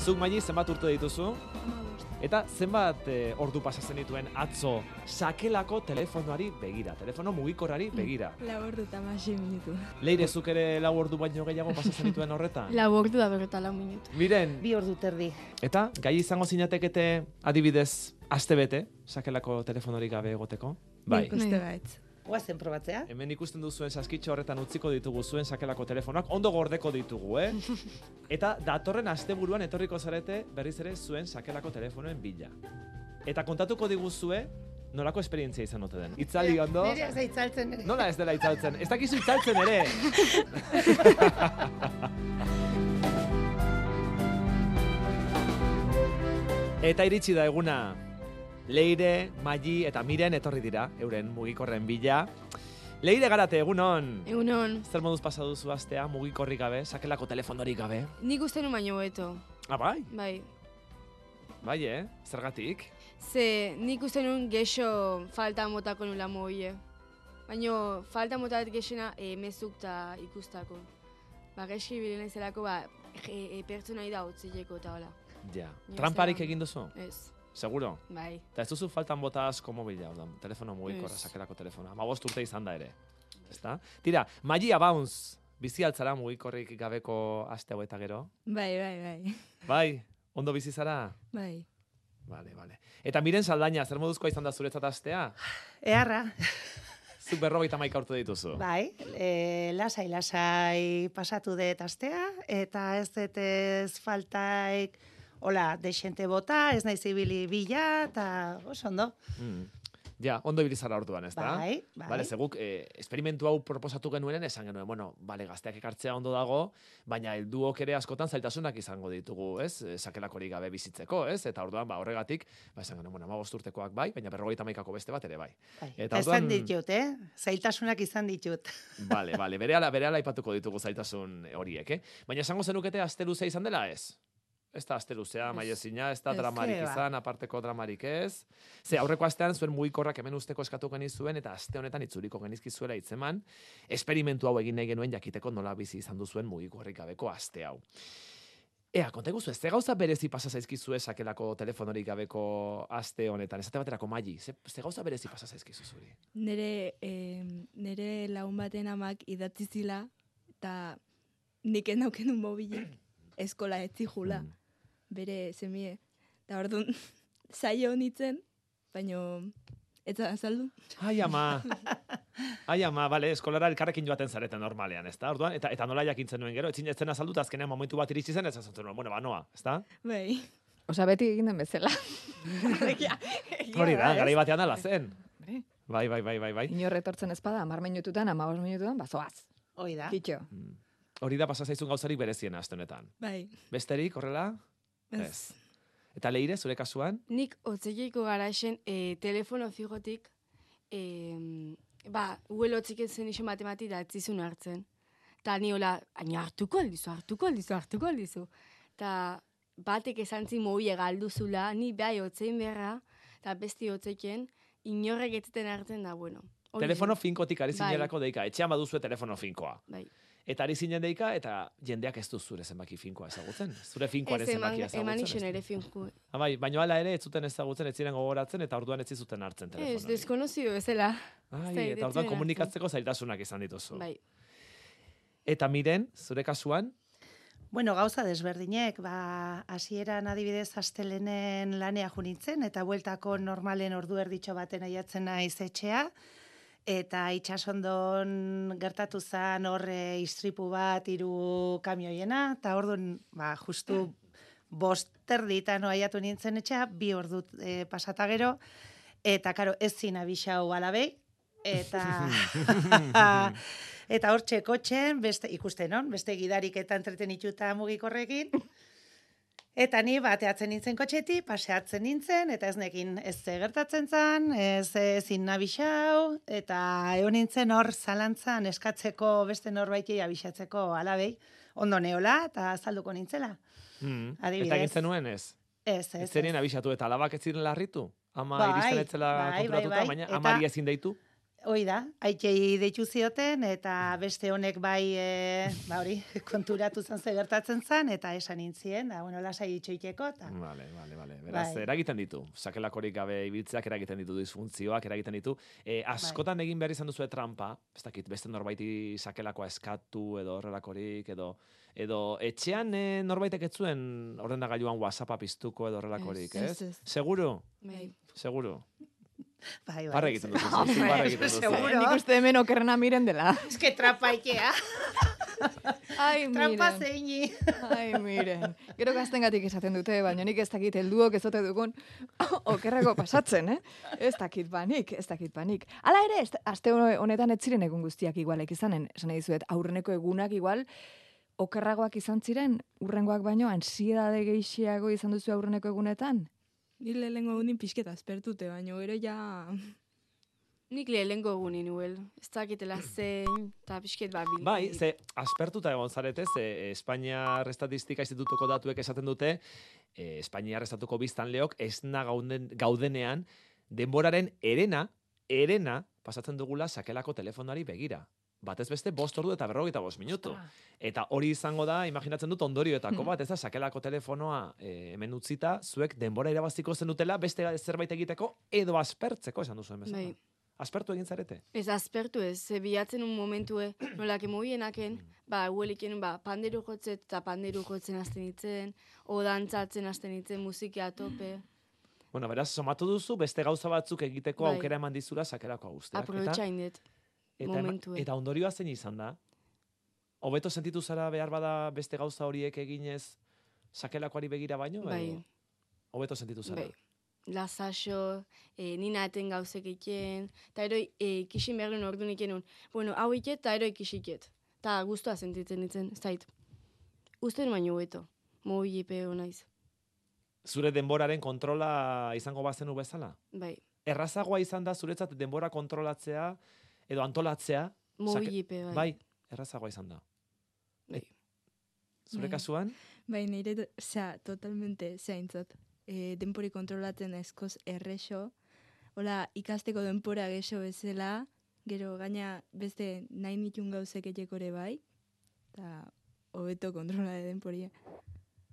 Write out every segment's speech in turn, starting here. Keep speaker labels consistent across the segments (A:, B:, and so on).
A: Zuk maili zenbat urte dituzu? Eta zenbat eh, ordu pasa zenituen atzo sakelako telefonoari begira, telefono mugikorrari begira.
B: Labordu eta masi minutu.
A: Leire, zuk ere lau ordu baino gehiago pasa zenituen horretan?
B: Labordu da berreta lau minutu.
A: Miren,
C: Bi ordu terdi.
A: eta gai izango zinatekete adibidez astebete sakelako telefonorik gabe egoteko? Bai.
B: Nik uste
D: Bai.
B: baitz.
C: Oazen probatzea.
A: Hemen ikusten duzuen saskitxo horretan utziko ditugu zuen sakelako telefonoak, ondo gordeko ditugu, eh? Eta datorren asteburuan etorriko zarete berriz ere zuen sakelako telefonoen bila. Eta kontatuko diguzue nolako esperientzia izan ote den. Itzali ondo?
C: Nire ez da itzaltzen ere.
A: Nola ez dela itzaltzen? Ez dakizu itzaltzen ere! eta iritsi da eguna. Leire, Maili eta Miren etorri dira, euren mugikorren bila. Leire garate, egunon!
D: Egun hon,
A: Zer moduz pasa duzu astea, mugikorrik gabe, sakelako telefonorik gabe?
D: nik uste nu baino hobeto,
A: Ah, bai?
D: bai.
A: Bai, eh? Zergatik?
D: Ze nik uste nun gexo falta motako nula moie. Baino falta motat gexena e, mezuk eta ikustako. Ba, gexki bilen zelako, ba, e, e, pertsonai da utzileko eta hola.
A: Ja.
D: Ni
A: Tramparik
D: uste
A: egin duzu?
D: Ez,
A: Seguro.
D: bai.
A: Eta ez duzu faltan bota asko mobila, ordan, telefono mugikorra,
D: Ez.
A: sakelako telefono. Ama urte izan da ere. Ezta? Tira, magia baunz, bizi altzara mugikorrik gabeko aste hau eta gero.
B: Bai, bai, bai.
A: Bai, ondo bizi zara?
B: Bai.
A: Vale, vale. Eta miren saldaina, zer moduzkoa izan da zuretzat astea?
C: Eharra.
A: Zuk berrogeita maika urte dituzu.
C: Bai, e, lasai, lasai pasatu dut astea, eta ez dut ez faltaik, hola, desente bota, ez naiz ibili bila, eta oso ondo.
A: Mm. Ja, ondo ibili zara orduan, ez da?
C: Bai, bai.
A: Bale, ze guk, eh, esperimentu hau proposatu genuenen esan genuen, bueno, bale, gazteak ekartzea ondo dago, baina helduok ere askotan zailtasunak izango ditugu, ez? Eh, Sakelakorik gabe bizitzeko, ez? Eta orduan, ba, horregatik, ba, esan genuen, bueno, 15 urtekoak bai, baina berrogeita maikako beste bat ere bai.
C: bai.
A: Eta
C: Eta izan
A: orduan-
C: ditut, eh? Zailtasunak izan ditut.
A: Bale, bale, berehala berehala aipatuko ditugu zailtasun horiek, eh? Baina esango zenukete aste luzea izan dela, ez? Ez da aste luzea,
D: Ez.
A: maiezina, ez da
C: Ez,
A: dramarik
C: ke ba.
A: izan, aparteko dramarik ez. Ze aurreko astean zuen mugikorrak hemen usteko eskatu genizuen eta aste honetan itzuliko genizkizuela hitzeman, esperimentu hau egin nahi genuen jakiteko nola bizi izan duzuen mugikorrik gabeko aste hau. Ea, konteguzu, ez ze gauza berezi pasa zaizkizu sakelako telefonorik gabeko aste honetan, esate baterako maili, ze, ze gauza berezi pasa zaizkizu zuri.
B: Nere, eh, nere laun baten amak idatzi zila, eta nik enauken un mobilik eskola etzi jula,
A: Mm.
B: bere semie. Eta orduan, saio honitzen, baino, ez da azaldu.
A: Ai ama. Ai ama, bale, eskolara elkarrekin joaten zareten normalean, ezta? Orduan, eta eta nola jakintzen nuen gero, etzin etzen azaldu eta azkenean momentu bat iritsi zen, ez azaltzen nuen, bueno, banoa, ezta?
B: Bai.
E: Osa, beti egin den bezala.
A: Hori da, garai batean ala zen.
E: Hombre.
A: Bai, bai, bai, bai, bai.
E: Inorretortzen ezpada, amar minututan, amabos minututan, bazoaz.
C: Hoi da.
E: Kitxo.
A: Mm. Hori da pasa zaizun gauzarik bereziena aste honetan.
B: Bai.
A: Besterik, horrela? Ez. Eta leire, zure kasuan?
D: Nik otzekiko garaixen e, telefono fijotik, e, ba, huel otzik zen iso matemati da etzizun hartzen. Ta ni hola, aina hartuko aldizu, hartuko aldizu, hartuko aldizu. Ta batek esan zin moie galdu zula, ni bai otzein berra, eta besti otzeken, inorrek etzeten hartzen da, bueno. hori
A: telefono
D: zen.
A: finkotik ari
D: Bai.
A: zinelako deika, etxean baduzue telefono finkoa.
D: Bai.
A: Eta ari zinen deika, eta jendeak ez du zure zenbaki finkoa ezagutzen. Zure finkoaren
D: Ez eman,
A: zenbakia ezagutzen.
D: eman
A: ez
D: ixon
A: du.
D: ere finju.
A: Ah, Bai, baino hala ere ez zuten ezagutzen, ez ziren gogoratzen eta orduan ez zuten hartzen
D: Ez,
A: telefonorik.
D: deskonozio bezala.
A: Ai,
D: zait, ez
A: eta orduan
D: zuen
A: komunikatzeko zailtasunak izan dituzu.
D: Bai.
A: Eta miren, zure kasuan,
C: Bueno, gauza desberdinek, ba, hasieran adibidez astelenen lanea junitzen, eta bueltako normalen ordu erditxo baten aiatzen naiz etxea, eta itxasondon gertatu zan horre istripu bat hiru kamioiena, eta orduan, ba, justu bost terditan aiatu nintzen etxea, bi ordu e, pasata gero, eta karo, ez zin abixau alabei, eta... Eta hortxe kotxen, beste, ikusten on, beste gidarik eta entretenituta mugikorrekin. Eta ni bateatzen nintzen kotxeti, paseatzen nintzen, eta ez nekin ez ze gertatzen zan, ez ezin nabixau, eta egon nintzen hor zalantzan eskatzeko beste norbaitei abixatzeko alabei, ondo neola eta azalduko nintzela.
A: mm,
C: Adibidez.
A: eta egin zenuen ez?
C: Ez, ez,
A: Ez
C: ez.
A: zerien abisatu eta alabak ez ziren larritu? Ama
C: Bai,
A: iristen etzela
C: bai, bai,
A: konturatuta,
C: bai,
A: baina
C: eta-
A: amari ezin deitu?
C: Hoi da, aitei deitu zioten eta beste honek bai, e, ba hori, konturatu zan ze gertatzen zan eta esan nintzien, da, bueno, lasai itxoiteko eta
A: Vale, vale, vale. Beraz,
C: Bai.
A: eragiten ditu. Sakelakorik gabe ibiltzeak eragiten ditu disfuntzioak, eragiten ditu. E, askotan egin behar izan duzue trampa, ez dakit, beste norbaiti sakelakoa eskatu edo horrelakorik, edo edo etxean e, norbaitek ez zuen ordenagailuan WhatsAppa piztuko edo horrelakorik, ez?
B: Ez, ez.
A: Seguru,
D: Bai.
A: seguro.
C: bai, bai.
A: Barre egiten duzu, zu,
E: Hombre,
A: barre egiten duzu.
C: seguro.
E: Nik uste hemen okerrena miren dela.
C: Ez que trapa ikea,
E: Ai,
C: trampa
E: miren.
C: zeini.
E: Ai, miren. Gero gaztengatik esaten dute, baina nik ez dakit helduok ez ote dugun okerrego pasatzen, eh? Ez dakit banik, ez dakit banik. Hala ere, ez- aste honetan ez ziren egun guztiak igualek izanen. Esan nahi dizuet, aurreneko egunak igual okerragoak izan ziren, urrengoak baino ansiedade geixiago izan duzu aurreneko egunetan?
B: Ni lehengo honin pixketa aspertute, baina gero ja...
D: Nik lehengo egunin huel. Ez dakitela zein, eta pixket ba bil.
A: Bai, ze aspertuta egon zarete, ze Espainiar Estatistika Institutuko datuek esaten dute, e, Espainiar Estatuko biztanleok esna gauden, gaudenean denboraren erena, erena pasatzen dugula sakelako telefonari begira. Batez beste, bost ordu eta berrogeita bost minutu. Eta hori izango da, imaginatzen dut ondorioetako bat, ez da, sakelako telefonoa e, hemen utzita, zuek denbora irabaziko zenutela beste zerbait egiteko edo aspertzeko esan duzuen bezala.
D: Bai.
A: Aspertu egin zarete.
D: Ez azpertu ez, ze bilatzen un momentue, nolak emobienaken, ba, hueliken, ba, panderu jotzet eta panderu jotzen hasten nintzen, o dantzatzen hasten nintzen, musika tope.
A: Bueno, beraz, somatu duzu, beste gauza batzuk egiteko
D: Bai.
A: aukera eman dizula sakelako aguzteak.
D: Aprobetsa indet.
A: eta, ema-
D: momentuek.
A: eta ondorioa zein izan da? Hobeto sentitu zara behar bada beste gauza horiek eginez sakelakoari begira baino?
D: Bai.
A: edo Hobeto sentitu zara.
D: Bai. Lazaxo, e, nina eten gauzek iken, eta ero e, ikisin behar duen ordu niken un. Bueno, hau iket, eta ero ikisiket. Eta guztua sentitzen ditzen, zait. Uzten baino beto. Mobi jipe naiz.
A: Zure denboraren kontrola izango bazenu bezala?
D: Bai,
A: Errazagoa izan da zuretzat denbora kontrolatzea edo antolatzea?
D: mobi
A: Sake-
D: jipe, bai.
A: Bai, errazagoa izan da. E,
D: Bai.
A: Zure
B: Bai.
A: kasuan?
B: Bai, nire, osea, totalmente zaintzat. E, denpori kontrolatzen askoz errexo. Hola, ikasteko denpora gexo bezala. Gero, gaina beste nahi nitun gauzek etxekore bai. Eta, hobeto kontrola de denporia.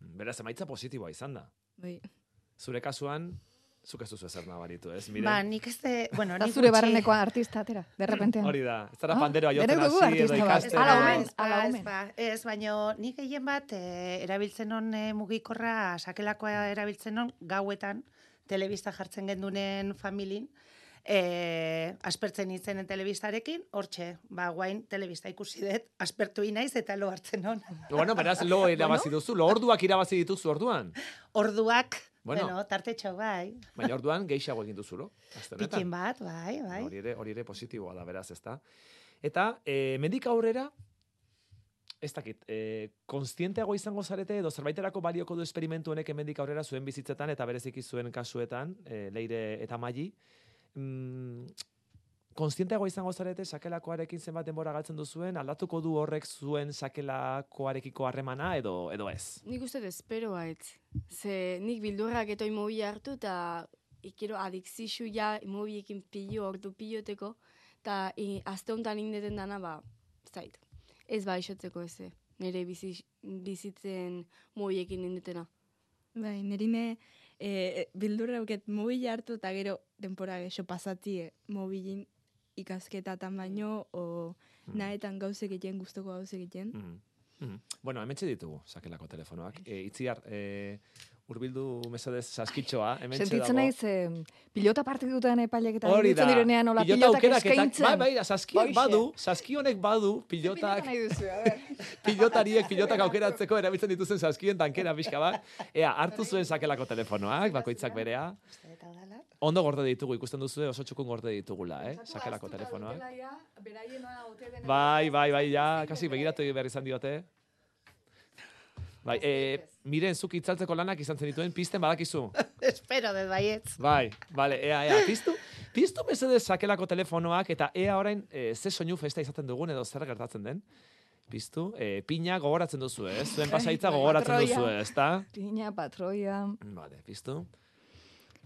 A: Beraz, emaitza positiboa izan da.
B: Bai.
A: Zure kasuan, zuk ez duzu ezer nabaritu, ez? Miren,
C: Ba, nik ez de, bueno,
E: Da
C: nik
E: zure
C: gutxi-
E: barrenekoa artista atera, derrepentean.
A: hori da. Ez zara
E: Ah,
A: panderoa jotzen
E: denok dugu
A: hasi edo
E: artista bat.
A: ikasten.
E: Ala
A: edo-
E: omen,
C: ez, ba,
E: ala
C: ez,
E: omen.
C: ba, ez, baino nik gehien bat eh, erabiltzen on eh, mugikorra, sakelakoa erabiltzen on gauetan, telebista jartzen gendunen familin, eh, aspertzen nintzen telebistarekin, hortxe, ba, guain telebista ikusi dut, aspertu inaiz eta lo hartzen on.
A: Bueno, beraz, lo irabazi duzu, lo orduak irabazi dituzu orduan.
C: Orduak,
A: Bueno.
C: bueno, tartetxo bai,
A: Baina orduan gehiago egin duzu, lo? Aste honetan.
C: pikin bat, bai, bai.
A: Hori ere, hori ere positiboa da, beraz, ezta? Eta, e, mendik aurrera, ez dakit, e, konstienteago izango zarete edo zerbaiterako balioko du esperimentu honek hemendik aurrera zuen bizitzetan eta bereziki zuen kasuetan, e, leire eta maili, mm, konstienteago izango zarete sakelakoarekin zenbat denbora galtzen duzuen, aldatuko du horrek zuen sakelakoarekiko harremana edo edo ez.
D: Nik uste dut espero baitz. Ze nik bildurrak eto imobi hartu eta ikero adikzixu ja imobiekin pilo, ordu piloteko. Eta i- aste honetan indeten dana, ba, zait. Ez ba isotzeko eze. Nire bizi, bizitzen mobiekin indetena.
B: Bai, nerine e, bildurra uket mobila hartu eta gero denpora gexo pasati mobilin ikasketatan baino o
A: Mm.
B: nahetan gauzek egiten, guztoko gauzek egiten.
A: Mhm. Mhm. Bueno, hemen ditugu sakelako telefonoak. E, itziar, e, urbildu mesedez saskitxoa. Hemen
E: Sentitzen naiz, eh, pilota partidutan epailek eta
A: Hori da.
E: ibiltzen direnean hola
A: Pilota
E: pilotak
A: aukeraketak-
E: eskaintzen.
A: Bai, bai, saskiak
E: Hoxe.
A: badu, saski honek badu, pilotak,
E: nahi duzu, a ber.
A: pilotariek pilotak aukeratzeko erabiltzen dituzten saskien tankera pixka bat. Ea, hartu zuen sakelako telefonoak, bakoitzak berea.
C: Uste dut hau dela.
A: Ondo gorde ditugu, ikusten duzu oso txukun gorde ditugula, eh? Sakelako telefonoak. Bai, bai, bai, ja, kasi begiratu behar izan diote. Bai, e, miren, zuk itzaltzeko lanak izan zenituen, pisten badakizu.
C: Espero dut baietz.
A: Bai, bale, ea, ea, piztu, piztu mesedez sakelako telefonoak eta ea orain e, ze soinu festa izaten dugun edo zer gertatzen den. Piztu, e, pina gogoratzen duzu, ez? Zuen pasaitza
E: Bai,
A: gogoratzen eh,
E: patroia.
A: duzu, ez da?
E: Pina, patroia,
A: Bale, piztu.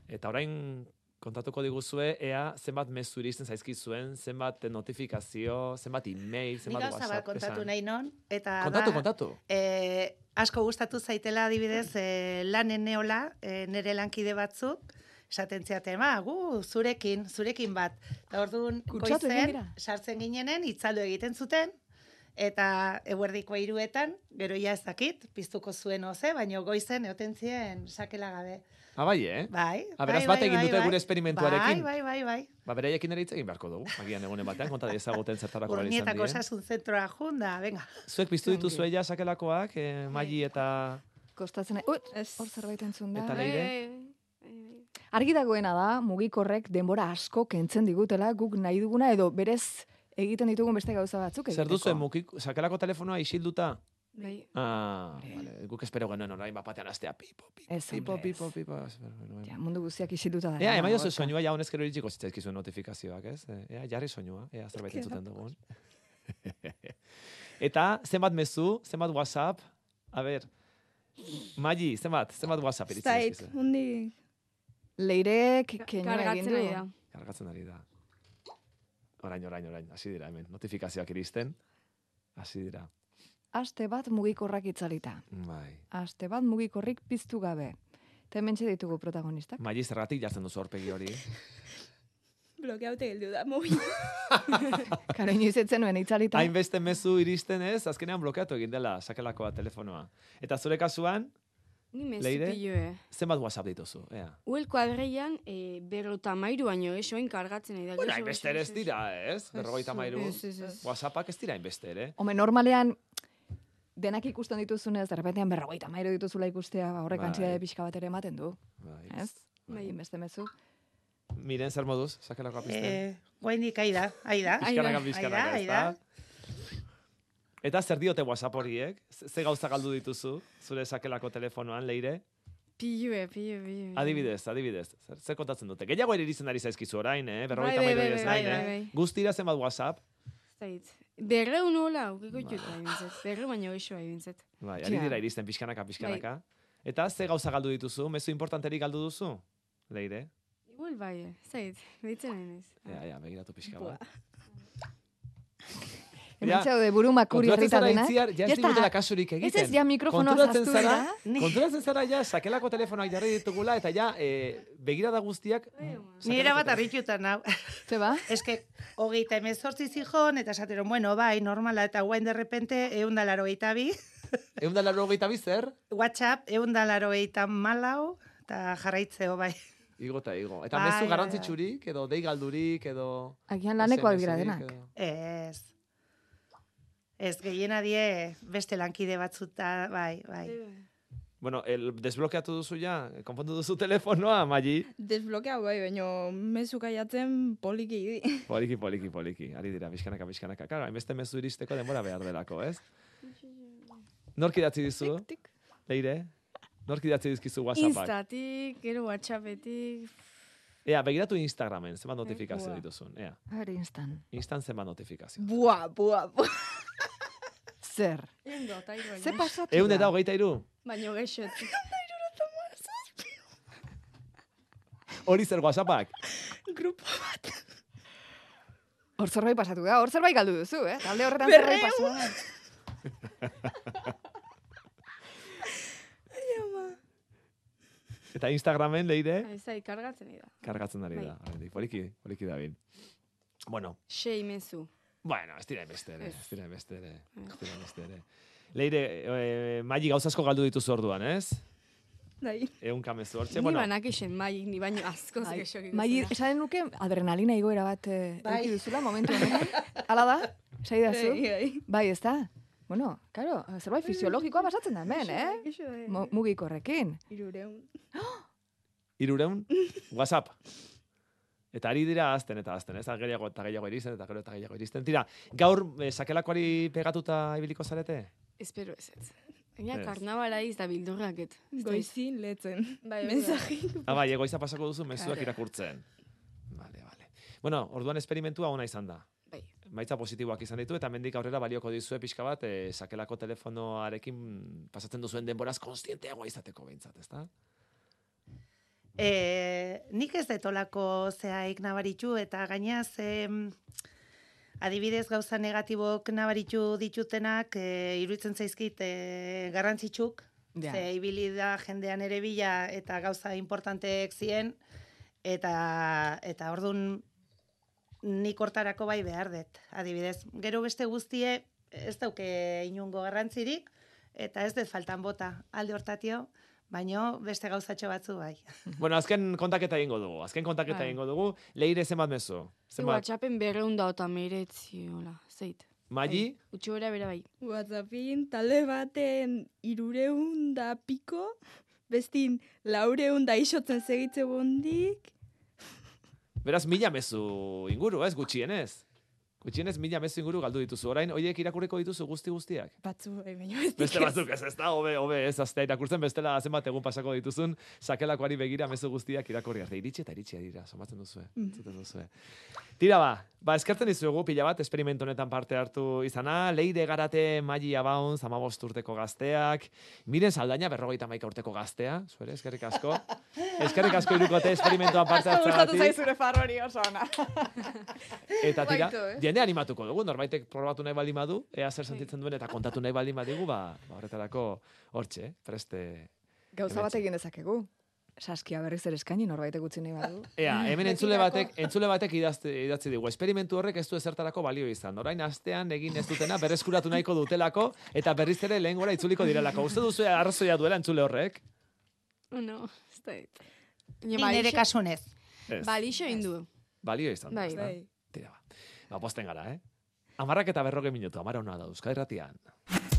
A: Eta orain kontatuko diguzue ea zenbat mezu iristen zaizkizuen, zenbat notifikazio, zenbat email,
C: Nik
A: zenbat
C: gauza bat kontatu
A: esan.
C: nahi non, eta
A: Kontatu,
C: da,
A: kontatu.
C: e, asko gustatu zaitela adibidez e, lanen neola, e, nire lankide batzuk, esaten ziaten, ba, gu, zurekin, zurekin bat. Eta orduan,
E: Kutsatu egin
C: goizen,
E: dira.
C: sartzen ginenen, itzaldu egiten zuten, eta eguerdiko hiruetan, gero ja ez dakit, piztuko zuen oze, baino goizen eoten ziren sakela gabe.
A: Ah, bai, eh?
C: Bai,
A: Ah, beraz,
C: bai,
A: bat
C: bai,
A: egin
C: bai,
A: dute
C: bai.
A: gure esperimentuarekin.
C: Bai, bai, bai, bai.
A: Ba, bereiekin ere hitz egin beharko dugu. Agian egunen batean, konta dezagoten zertarako gara izan
C: Urnietako
A: diren.
C: osasun zentroa junda, venga.
A: Zuek piztu dituzue ja sakelakoak, eh, maili eta...
E: Kostatzen nahi. Ui,
B: Ez.
E: hor zerbait entzun da.
A: Eta leire?
E: Argi dagoena da, mugikorrek denbora asko kentzen digutela guk nahi duguna edo berez egiten ditugun beste gauza batzuk egiteko.
A: Zer duzuen mukik, sakelako telefonoa isilduta?
D: Bai.
A: Ah, vale. guk espero genuen orain bapatean astea pipo, pipo,
E: Ez,
A: pipo,
E: hombre,
A: pipo,
E: ez.
A: pipo. ez, bueno, bueno.
E: Ja, mundu guztiak isiluta da.
A: Ea, emaio
E: dago,
A: ze
E: eta-
A: soinua ja honezkero iritsiko zitzaizkizuen notifikazioak, ez? Eh, Ea, jarri soinua, ea zerbait entzuten dugun. Eta, zenbat mezu, zenbat WhatsApp, a ber, Magi, zenbat, zenbat WhatsApp
B: Ez
A: iritzen
B: dakit,
A: zaizkizu?
B: hundik.
E: Leirek keinu egin
D: Kargatzen
E: du.
D: ari da.
A: Kargatzen ari da. Orain, orain, orain, hasi dira hemen, notifikazioak iristen, hasi dira.
E: Aste bat mugikorrak itzalita.
A: Bai.
E: Aste bat mugikorrik piztu gabe. Eta hemen ditugu protagonistak.
A: Magi, zergatik jartzen duzu horpegi hori?
B: Blokeaute geldu da, mobil.
E: Karo inoiz etzen nuen itzalita.
A: Hainbeste mezu iristen ez, azkenean blokeatu egin dela sakelakoa telefonoa. Eta zure kasuan,
D: Ni mezu
A: Leire?
D: pilo, eh.
A: zenbat WhatsApp dituzu? Ea.
D: Uel kuadreian, e, berrota mairu baino esoin kargatzen nahi da.
A: Bueno,
D: Gexo,
A: hainbeste
D: gexo,
A: ere ez
D: gexo,
A: dira, ez? Berrogeita mairu.
D: Ez, ez, ez.
A: WhatsAppak ez dira hainbeste ere.
E: Home, normalean denak ikusten dituzunez, derrepentean berrogeita mairu dituzula ikustea, ba, horrek
A: Bai.
E: antxidade pixka bat ere ematen du.
A: Bai.
E: Ez?
D: Bai.
E: Beste mezu.
A: Miren zer moduz, sakelako apisten.
C: Eh, guaindik, ahi da, ahi da.
A: Bizkanaka,
D: aida,
A: bizkanaka,
C: aida,
A: ez da? Eta zer diote WhatsApp horiek? Ze ze gauza galdu dituzu, zure sakelako telefonoan, leire?
D: Pilo, eh, pilo, pilo. pilo.
A: Adibidez, adibidez. Zer, zer kontatzen dute? Gehiago ere iritzen ari zaizkizu orain, eh? Berrogeita
D: bai,
A: mairu
D: bai,
A: ez
D: bai,
A: gain,
D: bai,
A: eh?
D: bai.
A: Guztira zenbat WhatsApp?
D: Zait. Berreun hola, ukiko jut bai bintzat. Berre baino gexo bai bintzat.
A: Bai, ari
E: Ja.
A: dira iristen pixkanaka, pixkanaka. Eta ze gauza galdu dituzu? Mezu importanterik galdu duzu? Leire?
D: Igual bai, eh. zait. Beitzen nahi naiz.
A: Ja, ja, begiratu pixka bat. Ja,
E: Hemen zaude buru makuri
A: Konturatzen
E: herritar
A: zara
E: denak.
A: itziar, ja ez
E: Ya está.
A: digutela kasurik egiten.
E: eh? Ez ez, ja mikrofonoa
A: Konturatzen
E: zaztu
A: zara,
E: dira.
C: Ni-
A: Konturatzen zara, ja, sakelako telefonoak jarri ditugula, eta ja, e, begirada guztiak...
D: Ah.
C: Ni erabat harritutan hau.
E: Ze ba?
C: Eske, hogeita emezortzi zijon, eta esatero, bueno, bai, normala, eta guain derrepente, eundalaro eita bi,
A: Egun da laro gehieta bizer,
C: WhatsApp, eundalaro eita malau, eta jarraitzeo, bai.
A: igo eta igo. Eta
C: Bai, bai,
A: mezu
C: bai.
A: garrantzitsurik, edo dei galdurik, edo...
E: Agian lanekoak dira
A: SMS-ik,
E: denak.
A: edo-
C: Ez. Ez, gehiena die beste lankide batzuta, bai, bai.
A: Bueno, el, desblokeatu duzu ja, konpondu duzu telefonoa, Magi.
B: Desblokeau bai, baino mezu kaiatzen poliki idi.
A: Poliki, poliki, poliki. Ari dira, bizkanaka, bizkanaka. Claro, hainbeste mezu iristeko denbora behar delako, ez? Nork idatzi dizu? Leire? Nork idatzi dizkizu WhatsAppak?
D: Instatik, gero WhatsAppetik.
A: Ea, begiratu Instagramen, zenbat notifikazio
D: Ua.
A: dituzun. Ea,
E: Hori instan.
A: instan zenbat notifikazio.
B: Bua, bua, bua.
E: Zer?
D: Endo, tai
E: Ze
D: baino.
E: pasatu
A: Egun eta
E: da?
A: hogeita iru?
D: Baino gexo.
A: Hori zer WhatsAppak?
B: Grupo bat.
E: Hor zerbait pasatu da, hor zerbait galdu duzu, eh? Talde horretan
B: Berrehun.
E: zerbait pasatu da.
A: Eta Instagramen leire,
D: Zait, kargatzen nahi da.
A: kargatzen ari
D: Bai.
A: da. oraindik. Poliki, poliki da bin. Bueno,
D: Sei mezu.
A: bueno, ez dira beste ere,
D: Ez.
A: ez dira beste ere, ez dira beste ere. Leire, eh, maili gauzasko galdu dituzu orduan, ez?
B: Dai.
A: Egun kamezu hortxe,
D: Ni
A: bueno,
D: banak isen, mai, ni baino askoz
E: Bai.
D: gexo.
E: Mai, esan nuke adrenalina igoera bat eh,
C: Bai.
E: eduki duzula momentu honetan. Hala da? Sai dazu?
B: Bai, bai.
E: Bai, ez da? Bueno, claro, zerbait fisiologikoa pasatzen da hemen, eh?
B: Gixo, eh?
E: Mo- Mugikorrekin.
B: Irureun.
A: irureun, WhatsApp. Eta ari dira azten eta azten, ez? Geriago eta gehiago iristen, eta gero eta gehiago iristen. Tira, gaur eh, sakelakoari pegatuta ibiliko zarete?
D: Espero ez ez. Gaina
A: Ez.
D: karnabala iz da bildurraket. Ez da iz-
B: Goizin letzen.
D: Bai, hori da.
B: Mensajik.
A: Ah, bai, egoiza pasako duzu mezuak
D: Claro.
A: irakurtzen. Vale, vale. Bueno, orduan esperimentua ona izan da.
D: Bai.
A: Maitza positiboak izan ditu eta mendik aurrera balioko dizue pixka bat eh, sakelako telefonoarekin pasatzen duzuen denboraz konstienteagoa izateko behintzat, ezta?
C: E, nik ez detolako zehaik nabaritu eta gainaz em, adibidez gauza negatibok nabaritu ditutenak e, iruditzen zaizkit e, garrantzitsuk.
E: Ja.
C: Ze ibili da jendean ere bila eta gauza importanteek zien eta eta ordun nik hortarako bai behar dut, adibidez. Gero beste guztie ez dauke inungo garrantzirik, eta ez dut faltan bota alde hortatio, baino beste gauzatxo batzu bai.
A: Bueno, azken kontaketa egingo dugu. Azken kontaketa
D: Mhm. Bai.
A: egingo dugu. Leire zenbat mezu? Zenbat?
D: WhatsAppen berreunda eta meretzi, hola, zeit.
A: Maili?
D: Utsi bera bera bai.
B: WhatsAppin talde baten irureun da piko, bestin laureun da isotzen segitze bondik,
A: Beraz, mila mezu inguru, ez? Gutxienez. Gutxienez mila mezu inguru galdu dituzu. Orain, horiek irakurriko dituzu guzti guztiak.
B: batzu bai, baino ez
A: Beste batzuk ez, ez da, hobe, hobe, ez, aztea irakurtzen bestela zenbat egun pasako dituzun, sakelakoari begira mezu guztiak irakurri arte. Iritsi eta iritsi dira, somatzen duzu, entzuten duzu. Tira ba, ba, eskertzen dizuegu pila bat, esperimento honetan parte hartu izana, leire garate, maili abaun, zamabost urteko gazteak, miren saldaina berrogeita maika urteko gaztea, zuere, eskerrik asko. Eskerrik asko irukote esperimentoan parte
E: Asko gustatu
A: hartzagatik.
E: zaizure farrori oso ona.
A: Eta tira,
E: Baito, eh?
A: jende animatuko dugu, norbaitek probatu nahi baldin badu, ea zer sentitzen duen eta kontatu nahi baldin badigu, ba, ba horretarako hortxe, eh? preste.
E: Gauza bat egin dezakegu. Saskia berriz ere eskaini norbaitek utzi nahi badu.
A: Ea, hemen entzule
E: Betirako.
A: batek, entzule batek idazte, idatzi digu, esperimentu horrek ez du ezertarako balio izan. Orain astean egin ez dutena berreskuratu nahiko dutelako eta berriz ere lehen gora itzuliko direlako. Uste duzu arrazoia duela entzule horrek?
D: No, ez da dit.
C: Ni nere kasunez.
A: Ez.
D: Balixo indu.
A: Balio izan. du,
D: Bai.
A: ezta?
B: Bai.
A: Tira ba. Ba, posten gara, eh? Amarrak eta berroge minutu, amara hona da, Euskadi Ratian.